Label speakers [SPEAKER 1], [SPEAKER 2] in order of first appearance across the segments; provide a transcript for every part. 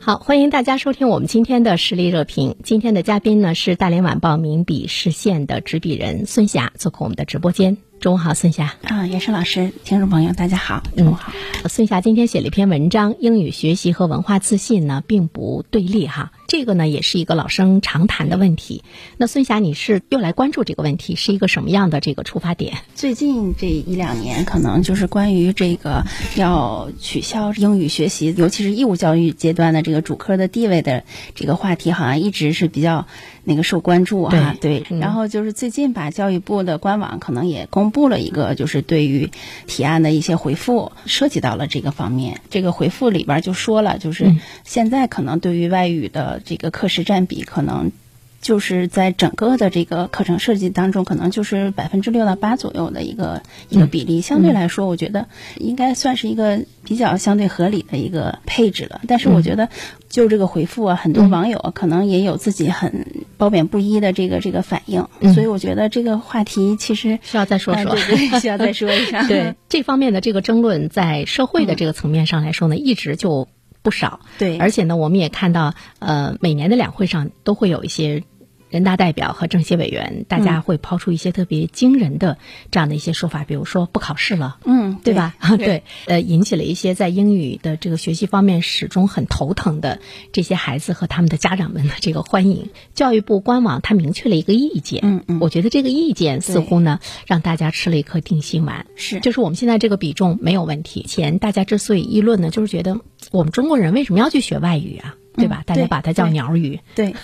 [SPEAKER 1] 好，欢迎大家收听我们今天的实力热评。今天的嘉宾呢是大连晚报名笔视线的执笔人孙霞，做客我们的直播间。中午好，孙霞。
[SPEAKER 2] 啊，严胜老师，听众朋友，大家好，中午好。
[SPEAKER 1] 嗯、孙霞今天写了一篇文章，《英语学习和文化自信呢并不对立》哈，这个呢也是一个老生常谈的问题。那孙霞，你是又来关注这个问题，是一个什么样的这个出发点？
[SPEAKER 2] 最近这一两年，可能就是关于这个要取消英语学习，尤其是义务教育阶段的这个主科的地位的这个话题，好像一直是比较那个受关注哈、啊。
[SPEAKER 1] 对，
[SPEAKER 2] 对嗯、然后就是最近吧，教育部的官网可能也公布了一个，就是对于提案的一些回复，涉及到了这个方面。这个回复里边就说了，就是现在可能对于外语的这个课时占比可能。就是在整个的这个课程设计当中，可能就是百分之六到八左右的一个一个比例，相对来说，我觉得应该算是一个比较相对合理的一个配置了。但是我觉得，就这个回复啊，很
[SPEAKER 1] 嗯
[SPEAKER 2] 多网友可能也有自己很褒贬不一的这个这个反应，所以我觉得这个话题其实
[SPEAKER 1] 嗯
[SPEAKER 2] 呃
[SPEAKER 1] 需要再说说，
[SPEAKER 2] 对 对，需要再说一下。
[SPEAKER 1] 对这方面的这个争论，在社会的这个层面上来说呢，一直就。不少，
[SPEAKER 2] 嗯对，
[SPEAKER 1] 而且呢，我们也看到，呃，每年的两会上都会有一些人大代表和政协委员，大
[SPEAKER 2] 嗯
[SPEAKER 1] 家会抛出一些特别惊人的这样的一些说法，比如说不考试了，
[SPEAKER 2] 嗯，
[SPEAKER 1] 对吧？对, 对，呃，引起了一些在英语的这个学习方面始终很头疼的这些孩子和他们的家长们的这个欢迎。教育部官网它明确了一个意见，
[SPEAKER 2] 嗯嗯，
[SPEAKER 1] 我觉得这个意见似乎呢让大家吃了一颗定心丸，
[SPEAKER 2] 是，
[SPEAKER 1] 就是我们现在这个比重没有问题。前大家之所以议论呢，就是觉得。我们中国人为什么要去学外语啊？对吧？大家把它叫鸟语。
[SPEAKER 2] 对，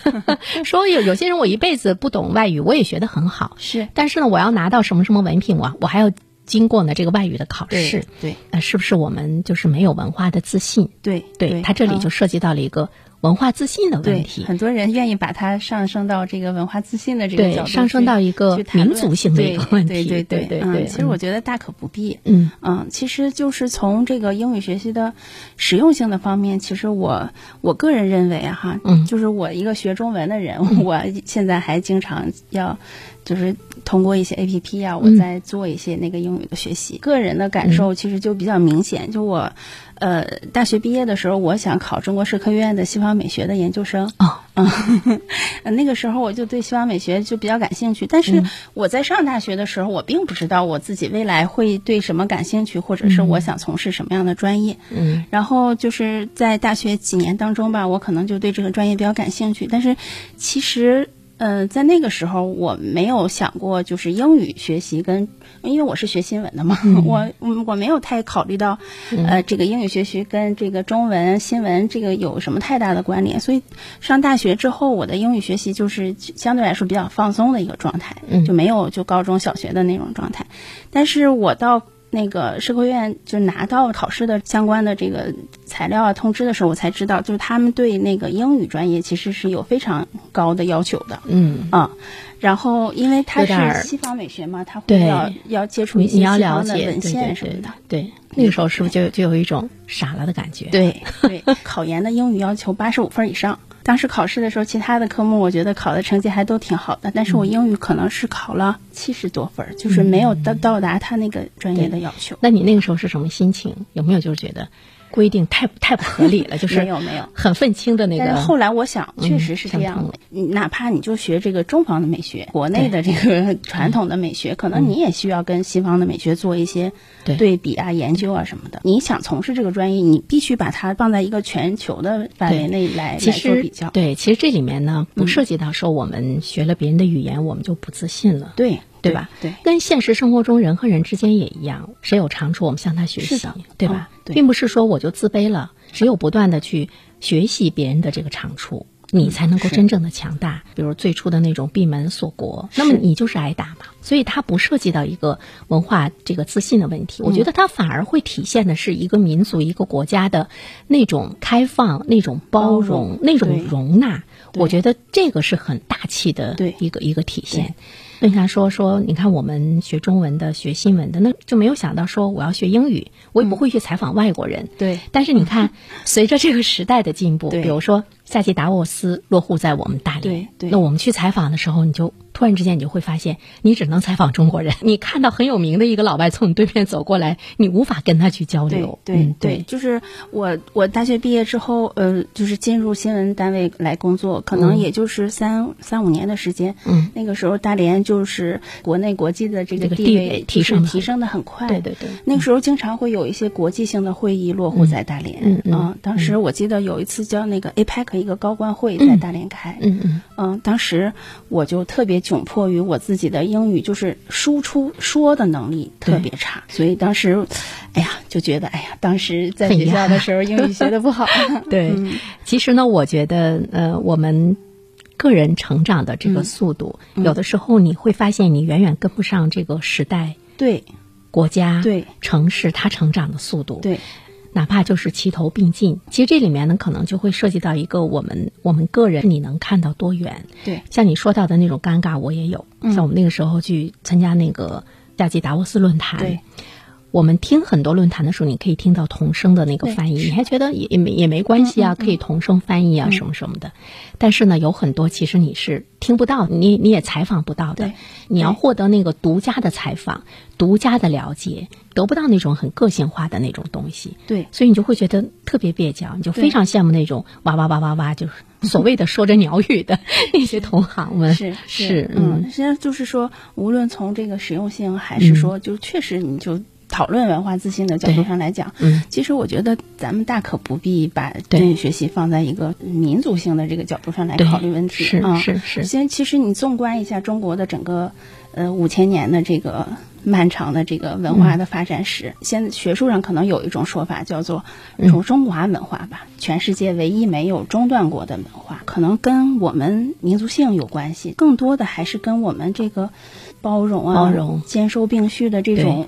[SPEAKER 1] 说有有些人我一辈子不懂外语，我也学得很好。
[SPEAKER 2] 是，
[SPEAKER 1] 但是呢，我要拿到什么什么文凭，啊我我还要经过呢这个外语的考试。
[SPEAKER 2] 对，
[SPEAKER 1] 呃，是不是我们就是没有文化的自信？
[SPEAKER 2] 对，嗯
[SPEAKER 1] 对，它这里就涉及到了一个文化自信的问题。
[SPEAKER 2] 很多人愿意把它上升到这个文化自信的这个角度，
[SPEAKER 1] 上升到一个民族性的一个问
[SPEAKER 2] 题。对嗯
[SPEAKER 1] 对对对。
[SPEAKER 2] 其实我觉得大可不必。
[SPEAKER 1] 嗯
[SPEAKER 2] 嗯，其实就是从这个英语学习的。实用性的方面，其实我我个人认为啊哈，
[SPEAKER 1] 嗯，
[SPEAKER 2] 就是我一个学中文的人，嗯、 我现在还经常要，就是通过一些 A P P 呀、啊，我在做一些那个英语的学习。嗯、个人的感受其实就比较明显，就我，呃，大学毕业的时候，我想考中国社科院的西方美学的研究生。
[SPEAKER 1] 哦
[SPEAKER 2] 嗯， 那个时候我就对西方美学就比较感兴趣，但是我在上大学的时候，我并不知道我自己未来会对什么感兴趣，或者是我想从事什么样的专业。
[SPEAKER 1] 嗯，
[SPEAKER 2] 然后就是在大学几年当中吧，我可能就对这个专业比较感兴趣，但是其实。嗯、呃，在那个时候我没有想过，就是英语学习跟，因为我是学新闻的嘛，嗯、我我没有太考虑到，呃，这个英语学习跟这个中文新闻这个有什么太大的关联。所以上大学之后，我的英语学习就是相对来说比较放松的一个状态，
[SPEAKER 1] 嗯
[SPEAKER 2] 就没有就高中小学的那种状态。但是我到那个社科院就拿到考试的相关的这个材料啊通知的时候，我才知道，就是他们对那个英语专业其实是有非常高的要求的。
[SPEAKER 1] 嗯
[SPEAKER 2] 啊、嗯，然后因为它是西方美学嘛，它会要要接触一些
[SPEAKER 1] 你要
[SPEAKER 2] 西
[SPEAKER 1] 了
[SPEAKER 2] 方的
[SPEAKER 1] 解
[SPEAKER 2] 文
[SPEAKER 1] 对
[SPEAKER 2] 献
[SPEAKER 1] 对
[SPEAKER 2] 什么的。
[SPEAKER 1] 对对，那个时候是不是就就有一种傻了的感觉？
[SPEAKER 2] 对 对，考研的英语要求八十五分以上。当时考试的时候，其他的科目我觉得考的成绩还都挺好的，但是我英语可能是考了七十多分，嗯、就是没有到到达他那个专业的要求。
[SPEAKER 1] 那你那个时候是什么心情？有没有就是觉得规定太太不合理 了？就是
[SPEAKER 2] 没有没有
[SPEAKER 1] 很愤青的那个。
[SPEAKER 2] 但是后来我嗯想，确实是这样的。嗯、哪怕你就学这个中方的美学，国内的这个 传统的美学，可能你也需要跟西方的美学做一些嗯对比啊、研究啊什么的。你想从事这个专业，你必须把它放在一个全球的范围内来
[SPEAKER 1] 其
[SPEAKER 2] 来做比
[SPEAKER 1] 实
[SPEAKER 2] 较。嗯
[SPEAKER 1] 对，其实这里面呢，不涉及到说我们学了别人的语言，我们就不自信了。
[SPEAKER 2] 对。
[SPEAKER 1] 对吧？
[SPEAKER 2] 对，
[SPEAKER 1] 跟现实生活中人和人之间也一样，谁有长处我们向他学习，对吧？
[SPEAKER 2] 哦对
[SPEAKER 1] 并不是说我就自卑了，只有不断的去学习别人的这个长处，
[SPEAKER 2] 嗯
[SPEAKER 1] 你才能够真正的强大。比如最初的那种闭门锁国，那么
[SPEAKER 2] 是
[SPEAKER 1] 你就是挨打嘛。所以它不涉及到一个文化这个自信的问题，我觉
[SPEAKER 2] 嗯
[SPEAKER 1] 得它反而会体现的是一个民族、一个国家的那种开放、那种包
[SPEAKER 2] 包
[SPEAKER 1] 容
[SPEAKER 2] 容、
[SPEAKER 1] 那种
[SPEAKER 2] 对
[SPEAKER 1] 容纳。
[SPEAKER 2] 对
[SPEAKER 1] 我觉得这个是很大气的
[SPEAKER 2] 对
[SPEAKER 1] 一个一个体现。邓霞说说，你看我们学中文的、学新闻的，那就没有想到说我要学英语，我也不会去采访外国人。
[SPEAKER 2] 对
[SPEAKER 1] 但是你 看，随着这个时代的进步，
[SPEAKER 2] 对
[SPEAKER 1] 比如说夏季达沃斯落户在我们大连，
[SPEAKER 2] 对对
[SPEAKER 1] 那我们去采访的时候，你就突然之间你就会发现，你只能采访中国 人。你看到很有名的一个老外从你对面走过来，你无法跟他去交
[SPEAKER 2] 对
[SPEAKER 1] 流。
[SPEAKER 2] 对、
[SPEAKER 1] 嗯、
[SPEAKER 2] 对，就是我我大学毕业之后，呃，就是进入新闻单位来工作，可能
[SPEAKER 1] 嗯
[SPEAKER 2] 也就是三、三五年的时间。
[SPEAKER 1] 嗯，
[SPEAKER 2] 那个时候大连就是国内国际的这
[SPEAKER 1] 这
[SPEAKER 2] 个
[SPEAKER 1] 个
[SPEAKER 2] 地
[SPEAKER 1] 地
[SPEAKER 2] 位
[SPEAKER 1] 位
[SPEAKER 2] 就
[SPEAKER 1] 提
[SPEAKER 2] 是
[SPEAKER 1] 升得
[SPEAKER 2] 提
[SPEAKER 1] 很
[SPEAKER 2] 升的很快。
[SPEAKER 1] 对对对，
[SPEAKER 2] 那个时候经常会有一些国际性的会议落户在大连，
[SPEAKER 1] 嗯嗯
[SPEAKER 2] 啊当时我记得有一次叫那个 APEC 一个高官会在大连开，
[SPEAKER 1] 嗯嗯
[SPEAKER 2] 嗯，当时我就特别窘迫于我自己的英语，就是输出说的能力特别差，所以当时，哎呀，就觉得哎呀，当时在
[SPEAKER 1] 很
[SPEAKER 2] 学校
[SPEAKER 1] 压
[SPEAKER 2] 的时候英语学的不 好，
[SPEAKER 1] 对。
[SPEAKER 2] 嗯
[SPEAKER 1] 其实呢，我觉得呃，我们个人成长的这
[SPEAKER 2] 嗯
[SPEAKER 1] 个速度，有的时候你会发现你远远跟不上这个时代、
[SPEAKER 2] 对
[SPEAKER 1] 国家、
[SPEAKER 2] 对
[SPEAKER 1] 城市它成长的速度。
[SPEAKER 2] 对
[SPEAKER 1] 哪怕就是齐头并进，其实这里面呢，可能就会涉及到一个我们我们个人你能看到多远。
[SPEAKER 2] 对，
[SPEAKER 1] 像你说到的那种尴尬，我也有。
[SPEAKER 2] 嗯
[SPEAKER 1] 像我们那个时候去参加那个夏季达沃斯论坛，
[SPEAKER 2] 对
[SPEAKER 1] 我们听很多论坛的时候，你可以听到童声的那个翻译，你还觉得也也没也没关
[SPEAKER 2] 嗯
[SPEAKER 1] 系啊，可以童声翻译啊、什么什么的。但是呢，有很多其实你是听不到，你你也采访不到的
[SPEAKER 2] 对。
[SPEAKER 1] 你要
[SPEAKER 2] 对
[SPEAKER 1] 获得那个独家的采访、独家的了解，得不到那种很个性化的那种东西。
[SPEAKER 2] 对
[SPEAKER 1] 所以你就会觉得特别蹩脚，你就非常羡慕那种哇哇哇哇哇，就是所谓的说着鸟语的 那些同行们。
[SPEAKER 2] 是
[SPEAKER 1] 是，
[SPEAKER 2] 嗯，实际上就是说，无论从这个实用性，还是说，就确实你就讨论文化自信的角度
[SPEAKER 1] 嗯对
[SPEAKER 2] 上来讲，
[SPEAKER 1] 嗯，
[SPEAKER 2] 其实我觉得咱们大可不必把
[SPEAKER 1] 对
[SPEAKER 2] 英语学习放在一个民族性的这个角度上来
[SPEAKER 1] 对
[SPEAKER 2] 考虑问题
[SPEAKER 1] 是
[SPEAKER 2] 啊。
[SPEAKER 1] 是是，
[SPEAKER 2] 先，其实你纵观一下中国的整个，呃，五千年的这个漫长的这个文
[SPEAKER 1] 嗯
[SPEAKER 2] 化的发展史，现在学术上可能有一种说法叫做“
[SPEAKER 1] 嗯
[SPEAKER 2] 说中华文化”吧，全世界唯一没有中断过的文化，可能跟我们民族性有关系，更多的还是跟我们这个包容啊、
[SPEAKER 1] 包容
[SPEAKER 2] 兼收并蓄的这种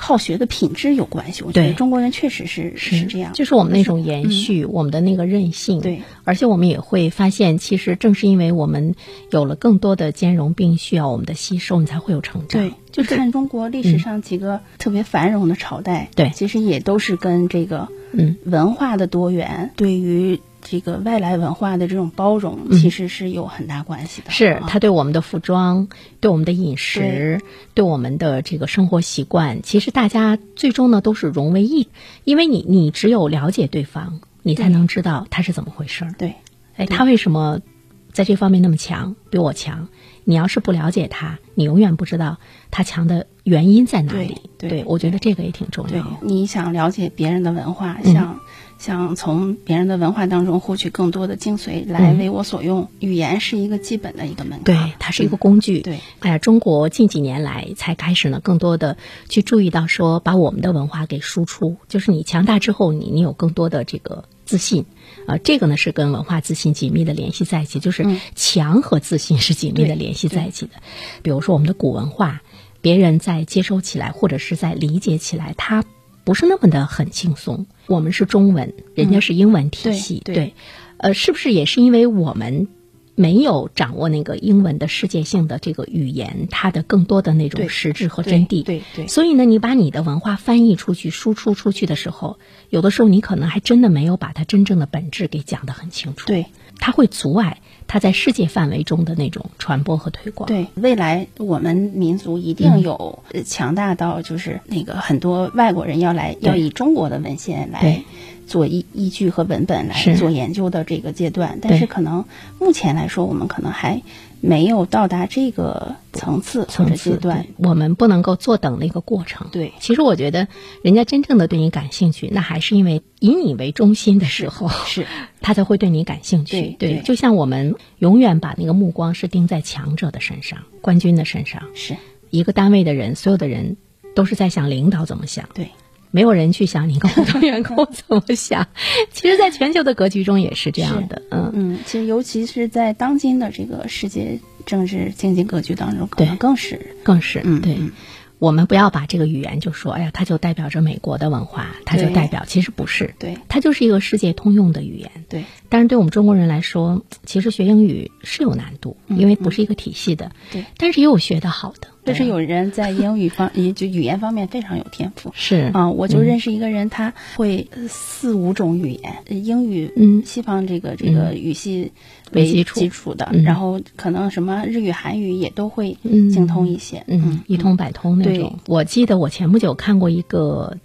[SPEAKER 2] 好学的品质有关系。我觉
[SPEAKER 1] 对
[SPEAKER 2] 得中国人确实是是这样，
[SPEAKER 1] 嗯就是我们那种延续，我们的那个韧性。
[SPEAKER 2] 对，
[SPEAKER 1] 而且我们也会发现，其实正是因为我们有了更多的兼容并蓄啊，我们的吸收，你才会有成长。
[SPEAKER 2] 对，就看中国历史上几个特别繁荣的朝代，
[SPEAKER 1] 嗯对
[SPEAKER 2] 其实也都是跟这个
[SPEAKER 1] 嗯
[SPEAKER 2] 文化的多元，对于这个外来文化的这种包容，其实是有很大关系的。
[SPEAKER 1] 嗯是
[SPEAKER 2] 啊
[SPEAKER 1] 它对我们的服装、对我们的饮食、对我们的这个生活习惯，其实大家最终呢都是融为一，因为你你只有了解对方，你才
[SPEAKER 2] 对
[SPEAKER 1] 能知道他是怎么回事儿。
[SPEAKER 2] 对
[SPEAKER 1] 哎，他为什么在这方面那么强，比我强？你要是不了解他，你永远不知道他强的原因在哪
[SPEAKER 2] 对
[SPEAKER 1] 里。
[SPEAKER 2] 对
[SPEAKER 1] 我觉得这个也挺重
[SPEAKER 2] 对
[SPEAKER 1] 要。，
[SPEAKER 2] 你想了解别人的文化，
[SPEAKER 1] 嗯
[SPEAKER 2] 想想从别人的文化当中获取更多的精髓来
[SPEAKER 1] 嗯
[SPEAKER 2] 为我所用，语言是一个基本的一个门槛。
[SPEAKER 1] 对，啊它是一个工具。
[SPEAKER 2] 嗯对
[SPEAKER 1] 哎呀，中国近几年来才开始呢，更多的去注意到说，把我们的文化给输出，就是你强大之后，你你有更多的这个自信，啊、这个呢是跟文化自信紧密的联系在一起，就是强和自信是紧密的
[SPEAKER 2] 嗯对
[SPEAKER 1] 联系在一起的。比如说我们的古文化，别人在接收起来或者是在理解起来，它不是那么的很轻松。我们是中文，人家是英文体
[SPEAKER 2] 嗯对
[SPEAKER 1] 系，
[SPEAKER 2] 对
[SPEAKER 1] 呃，是不是也是因为我们没有掌握那个英文的世界性的这个语言，它的更多的那种
[SPEAKER 2] 对
[SPEAKER 1] 实质和
[SPEAKER 2] 对
[SPEAKER 1] 真谛？
[SPEAKER 2] 对对
[SPEAKER 1] 所以呢，你把你的文化翻译出去、输出出去的时候，有的时候你可能还真的没有把它真正的本质给讲得很清楚。
[SPEAKER 2] 对，
[SPEAKER 1] 它会阻碍它在世界范围中的那种传播和推广。，
[SPEAKER 2] 对，未来我们民族一
[SPEAKER 1] 嗯
[SPEAKER 2] 定有呃强大到就是那个很多外国人要来
[SPEAKER 1] 对
[SPEAKER 2] 要以中国的文献
[SPEAKER 1] 对
[SPEAKER 2] 来做依依据和文本
[SPEAKER 1] 是
[SPEAKER 2] 来做研究的这个阶段，但
[SPEAKER 1] 对
[SPEAKER 2] 是可能目前来说，我们可能还没有到达这个层次或
[SPEAKER 1] 层
[SPEAKER 2] 者
[SPEAKER 1] 次
[SPEAKER 2] 阶段。
[SPEAKER 1] 对我们不能够坐等那个过程。
[SPEAKER 2] 对
[SPEAKER 1] 其实我觉得，人家真正的对你感兴趣，那还是因为以你为中心的时候，
[SPEAKER 2] 是
[SPEAKER 1] 他才会对你感兴趣。
[SPEAKER 2] 对对
[SPEAKER 1] 就像我们永远把那个目光是盯在强者的身上、冠军的身上，
[SPEAKER 2] 是，
[SPEAKER 1] 一个单位的人，所有的人都是在想领导怎么想，
[SPEAKER 2] 对
[SPEAKER 1] 没有人去想你跟普通员工怎么想。 其实，在全球的格局中也是这样的，嗯。
[SPEAKER 2] 嗯，其实尤其是在当今的这个世界政治经济格局当中，可能
[SPEAKER 1] 对
[SPEAKER 2] 更是
[SPEAKER 1] 更是、
[SPEAKER 2] 嗯
[SPEAKER 1] 对
[SPEAKER 2] 嗯。
[SPEAKER 1] 我们不要把这个语言就说，哎呀，它就代表着美国的文化，它就
[SPEAKER 2] 对
[SPEAKER 1] 代表，其实不是，
[SPEAKER 2] 对
[SPEAKER 1] 它就是一个世界通用的语言。
[SPEAKER 2] 对
[SPEAKER 1] 但是对我啊们中国人来说，其实学英语是有难度，因为不是一个体系的。
[SPEAKER 2] 嗯对
[SPEAKER 1] 但是也有学得好的，
[SPEAKER 2] 就是有人在英语方，也就语言方面非常有天赋。
[SPEAKER 1] 是
[SPEAKER 2] 啊，我就认识一个人，他会呃四五种语言，呃英语，
[SPEAKER 1] 嗯
[SPEAKER 2] 西方这个这个语系
[SPEAKER 1] 为
[SPEAKER 2] 基
[SPEAKER 1] 基础
[SPEAKER 2] 的
[SPEAKER 1] 嗯，
[SPEAKER 2] 然后可能什么日语、韩语也都会
[SPEAKER 1] 嗯
[SPEAKER 2] 精通一些，
[SPEAKER 1] 嗯，一通百通那种
[SPEAKER 2] 对。
[SPEAKER 1] 我记得我前不久看过一个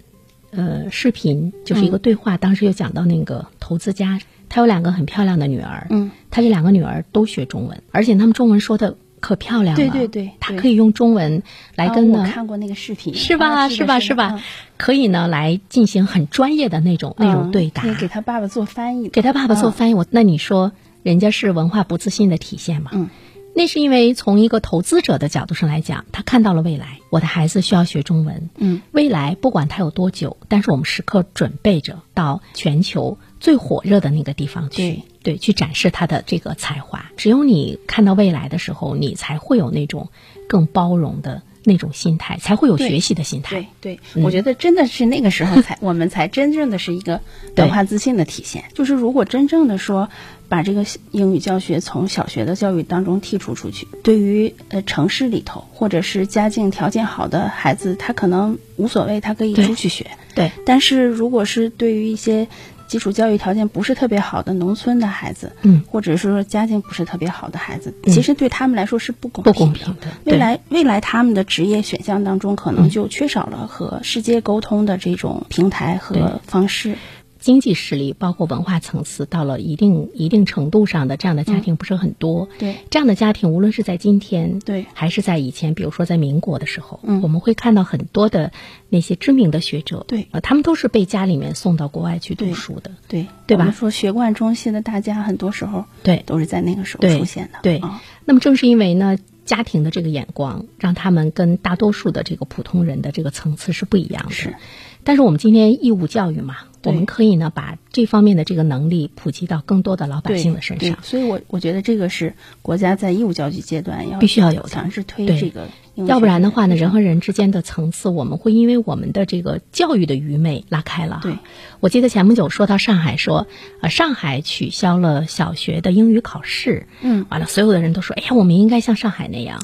[SPEAKER 1] 呃视频，就是一
[SPEAKER 2] 嗯
[SPEAKER 1] 个对话，当时有讲到那个投资家，他有两个很漂亮的女儿，
[SPEAKER 2] 嗯，
[SPEAKER 1] 他这两个女儿都学中文，而且他们中文说的可漂亮了，
[SPEAKER 2] 嗯对对对
[SPEAKER 1] 嗯他
[SPEAKER 2] 对
[SPEAKER 1] 可以用中文来
[SPEAKER 2] 啊
[SPEAKER 1] 跟
[SPEAKER 2] 我
[SPEAKER 1] 呢。
[SPEAKER 2] 看过那个视频，
[SPEAKER 1] 是
[SPEAKER 2] 啊
[SPEAKER 1] 吧？
[SPEAKER 2] 是
[SPEAKER 1] 是
[SPEAKER 2] 的
[SPEAKER 1] 吧？
[SPEAKER 2] 是
[SPEAKER 1] 是
[SPEAKER 2] 的
[SPEAKER 1] 吧
[SPEAKER 2] 嗯？
[SPEAKER 1] 可以呢，来进行很专业的那种那种
[SPEAKER 2] 嗯
[SPEAKER 1] 对答，
[SPEAKER 2] 可以给他爸爸做翻译的，嗯
[SPEAKER 1] 给他爸爸做翻译，我那你说人家是文化不自信的体现吗？
[SPEAKER 2] 嗯，
[SPEAKER 1] 那是因为从一个投资者的角度上来讲，他看到了未来，我的孩子需要学中文。
[SPEAKER 2] 嗯，
[SPEAKER 1] 未来不管他有多久，但是我们时刻准备着到全球最火热的那个地方去。对，去展示他的这个才华。只有你看到未来的时候，你才会有那种更包容的那种心态，才会有
[SPEAKER 2] 对
[SPEAKER 1] 学习的心态。
[SPEAKER 2] 对对，
[SPEAKER 1] 嗯
[SPEAKER 2] 我觉得真的是那个时候 才，我们才真正的是一个
[SPEAKER 1] 对
[SPEAKER 2] 文化自信的体现。就是如果真正的说，把这个英语教学从小学的教育当中剔除出去，对于呃城市里头或者是家境条件好的孩子，他可能无所谓，他可以
[SPEAKER 1] 对
[SPEAKER 2] 出去学。
[SPEAKER 1] 对
[SPEAKER 2] 但是如果是对于一些基础教育条件不是特别好的农村的孩子，
[SPEAKER 1] 嗯，
[SPEAKER 2] 或者是说家境不是特别好的孩子，
[SPEAKER 1] 嗯
[SPEAKER 2] 其实对他们来说是不公
[SPEAKER 1] 不
[SPEAKER 2] 平
[SPEAKER 1] 公
[SPEAKER 2] 的。
[SPEAKER 1] 平的。
[SPEAKER 2] 未
[SPEAKER 1] 对嗯
[SPEAKER 2] 来未来他们的职业选项当中，可能就缺少了和世界沟通的这种平台
[SPEAKER 1] 对
[SPEAKER 2] 和方式。
[SPEAKER 1] 经济实力，包括文化层次，到了一定一定程度上的这样的家庭不是很多。
[SPEAKER 2] 对
[SPEAKER 1] 这样的家庭，无论是在今天，
[SPEAKER 2] 对
[SPEAKER 1] 还是在以前，比如说在民国的时候，
[SPEAKER 2] 嗯
[SPEAKER 1] 我们会看到很多的那些知名的学者，
[SPEAKER 2] 对
[SPEAKER 1] 呃，他们都是被家里面送到国外去读
[SPEAKER 2] 对
[SPEAKER 1] 书的，
[SPEAKER 2] 对
[SPEAKER 1] 对吧
[SPEAKER 2] 我们说学贯中西的大家，很多时候
[SPEAKER 1] 对
[SPEAKER 2] 都是在那个时候
[SPEAKER 1] 对
[SPEAKER 2] 出现的。
[SPEAKER 1] 对
[SPEAKER 2] 啊
[SPEAKER 1] 那么正是因为呢，家庭的这个眼光，让他们跟大多数的这个普通人的这个层次是不一样的。
[SPEAKER 2] 是，
[SPEAKER 1] 但是我们今天义务教育嘛，我
[SPEAKER 2] 对
[SPEAKER 1] 们可以呢把这方面的这个能力普及到更多的老百
[SPEAKER 2] 对
[SPEAKER 1] 姓的身
[SPEAKER 2] 对
[SPEAKER 1] 上。
[SPEAKER 2] 所以我我觉得这个是国家在义务教育阶段要
[SPEAKER 1] 必须要有的
[SPEAKER 2] 强制推
[SPEAKER 1] 对
[SPEAKER 2] 这个英语学习，
[SPEAKER 1] 要不然的话呢，人和人之间的层次，我们会因为我们的这个教育的愚昧拉开了。
[SPEAKER 2] 对，
[SPEAKER 1] 我记得前不久说到上海说，呃，上海取消了小学的英语考试，
[SPEAKER 2] 嗯，
[SPEAKER 1] 完了，所有的人都说，哎呀，我们应该像上海那 样。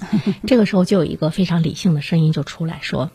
[SPEAKER 1] 这个时候就有一个非常理性的声音就出来说。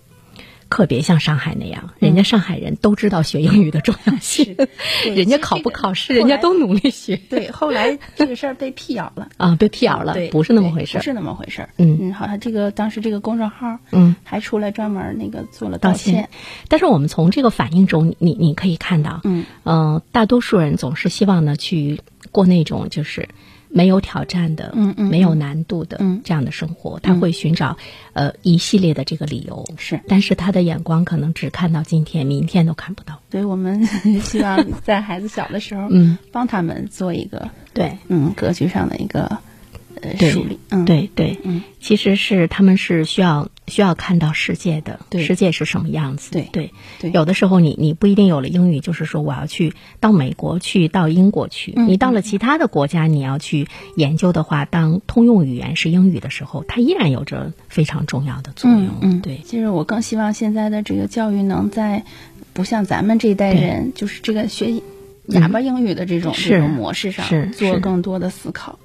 [SPEAKER 1] 可别像上海那样，人家上海人都知道学英语的重要 性，
[SPEAKER 2] 嗯对
[SPEAKER 1] 人家
[SPEAKER 2] 其实
[SPEAKER 1] 考
[SPEAKER 2] 这
[SPEAKER 1] 不
[SPEAKER 2] 个
[SPEAKER 1] 考试，
[SPEAKER 2] 后
[SPEAKER 1] 人家
[SPEAKER 2] 来
[SPEAKER 1] 都努力学
[SPEAKER 2] 对，后来这个事儿被辟 谣了。
[SPEAKER 1] 啊，被辟谣了
[SPEAKER 2] 对，，
[SPEAKER 1] 不是那么
[SPEAKER 2] 对
[SPEAKER 1] 回事
[SPEAKER 2] 不
[SPEAKER 1] 儿。
[SPEAKER 2] 是那么回事儿。
[SPEAKER 1] 嗯
[SPEAKER 2] 嗯，好像这个当时这个公众号，
[SPEAKER 1] 嗯，
[SPEAKER 2] 还出来专门那个做了
[SPEAKER 1] 道
[SPEAKER 2] 歉
[SPEAKER 1] 歉。。但是我们从这个反应中，你你你可以看到，
[SPEAKER 2] 嗯
[SPEAKER 1] 呃，大多数人总是希望呢去过那种就是没有挑战的、
[SPEAKER 2] 嗯嗯
[SPEAKER 1] 没有难度的、
[SPEAKER 2] 嗯
[SPEAKER 1] 这样的生活，他会寻找呃一系列的这个理由。
[SPEAKER 2] 是，
[SPEAKER 1] 但是他的眼光可能只看到今天，明天都看不到。
[SPEAKER 2] 所以我们 希望在孩子小的时候，
[SPEAKER 1] 嗯，
[SPEAKER 2] 帮他们做一个
[SPEAKER 1] 对，
[SPEAKER 2] 嗯格局上的一个呃
[SPEAKER 1] 对
[SPEAKER 2] 梳理。嗯，，
[SPEAKER 1] 对对，
[SPEAKER 2] 嗯，
[SPEAKER 1] 其实是他们是需要需要看到世界的，
[SPEAKER 2] 对
[SPEAKER 1] 世界是什么样子，
[SPEAKER 2] 对
[SPEAKER 1] 对
[SPEAKER 2] 对
[SPEAKER 1] 有的时候你你不一定有了英语，就是说我要去到美国去，到英国去，
[SPEAKER 2] 嗯
[SPEAKER 1] 你到了其他的国家，你要去研究的话，当通用语言是英语的时候，它依然有着非常重要的作用，
[SPEAKER 2] 嗯嗯，
[SPEAKER 1] 对，
[SPEAKER 2] 其实我更希望现在的这个教育能在不像咱们这一代
[SPEAKER 1] 对
[SPEAKER 2] 人，就是这个学哑巴英语的这种
[SPEAKER 1] 是
[SPEAKER 2] 这种模式
[SPEAKER 1] 是
[SPEAKER 2] 上做
[SPEAKER 1] 是
[SPEAKER 2] 更多的思考。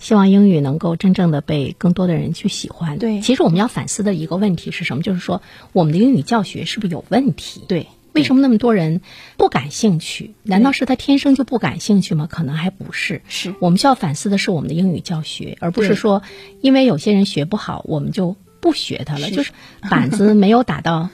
[SPEAKER 1] 希望英语能够真正的被更多的人去喜欢。
[SPEAKER 2] 对
[SPEAKER 1] 其实我们要反思的一个问题是什么？就是说我们的英语教学是不是有问题？
[SPEAKER 2] 对，
[SPEAKER 1] 为
[SPEAKER 2] 嗯
[SPEAKER 1] 什么那么多人不感兴趣？难道是他天生就不感兴趣吗？可能还不是。
[SPEAKER 2] 是
[SPEAKER 1] 我们需要反思的是我们的英语教学，而不是
[SPEAKER 2] 对
[SPEAKER 1] 说因为有些人学不好，我们就不学它了，
[SPEAKER 2] 是
[SPEAKER 1] 就是板子没有打到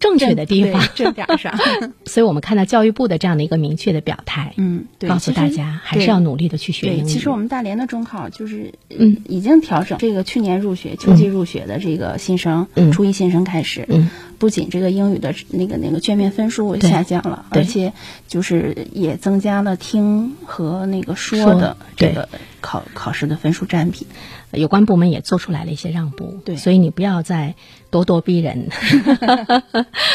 [SPEAKER 1] 正确的地方。
[SPEAKER 2] 对正点 儿
[SPEAKER 1] 嗯
[SPEAKER 2] 上。
[SPEAKER 1] 所以我们看到教育部的这样的一个明确的表态，
[SPEAKER 2] 嗯，对，
[SPEAKER 1] 告诉
[SPEAKER 2] 其
[SPEAKER 1] 大
[SPEAKER 2] 实
[SPEAKER 1] 家还是
[SPEAKER 2] 对
[SPEAKER 1] 要努力的去学
[SPEAKER 2] 对，
[SPEAKER 1] 英语。
[SPEAKER 2] 其实我们大连的中考就是，
[SPEAKER 1] 嗯
[SPEAKER 2] 嗯，已经调整这个去年入学、秋季入学的这个新生，
[SPEAKER 1] 嗯
[SPEAKER 2] 初一新生开始，
[SPEAKER 1] 嗯，
[SPEAKER 2] 不仅这个英语的那个那个卷面分数
[SPEAKER 1] 对
[SPEAKER 2] 下降了，
[SPEAKER 1] 对
[SPEAKER 2] 而且就是也增加了听和那个
[SPEAKER 1] 说
[SPEAKER 2] 说的
[SPEAKER 1] 对
[SPEAKER 2] 这个考考试的分数占比。
[SPEAKER 1] 有关部门也做出来了一些让步，
[SPEAKER 2] 对
[SPEAKER 1] 所以你不要再咄咄逼 人。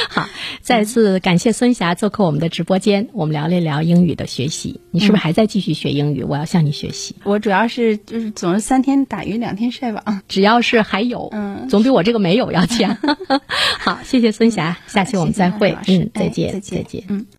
[SPEAKER 1] 好，再次感谢孙霞做客我们的直播间，我们聊了一聊英语的学习。你是不是
[SPEAKER 2] 嗯
[SPEAKER 1] 还在继续学英语？我要向你学习。
[SPEAKER 2] 我主要是就是总是三天打鱼两天晒网。
[SPEAKER 1] 只要是还有，
[SPEAKER 2] 嗯
[SPEAKER 1] 总比我这个 没有要强。好，谢谢孙霞，下期我们再会，
[SPEAKER 2] 谢谢
[SPEAKER 1] 嗯，再
[SPEAKER 2] 哎
[SPEAKER 1] 见，
[SPEAKER 2] 再见
[SPEAKER 1] 再见
[SPEAKER 2] 嗯。